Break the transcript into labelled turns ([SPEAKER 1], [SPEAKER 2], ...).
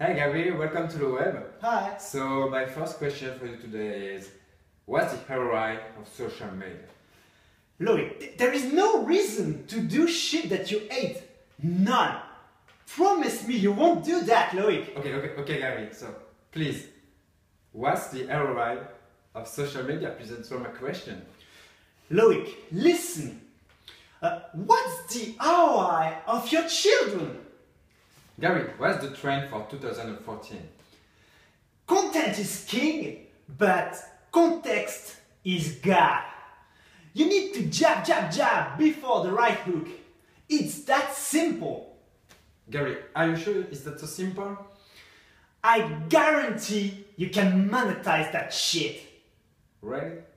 [SPEAKER 1] Hi Gary, welcome to the web.
[SPEAKER 2] Hi.
[SPEAKER 1] So my first question for you today is, what's the ROI of social media?
[SPEAKER 2] Look, th- there is no reason to do shit that you hate. None. Promise me you won't do that, Loic.
[SPEAKER 1] Okay, okay, okay Gary, so please, what's the ROI of social media? Please answer my question.
[SPEAKER 2] Loic, listen. Uh, what's the ROI of your children?
[SPEAKER 1] Gary, what's the trend for 2014?
[SPEAKER 2] Content is king, but context is God. You need to jab, jab, jab before the right hook. It's that simple.
[SPEAKER 1] Gary, are you sure is that so simple?
[SPEAKER 2] I guarantee you can monetize that shit.
[SPEAKER 1] Really?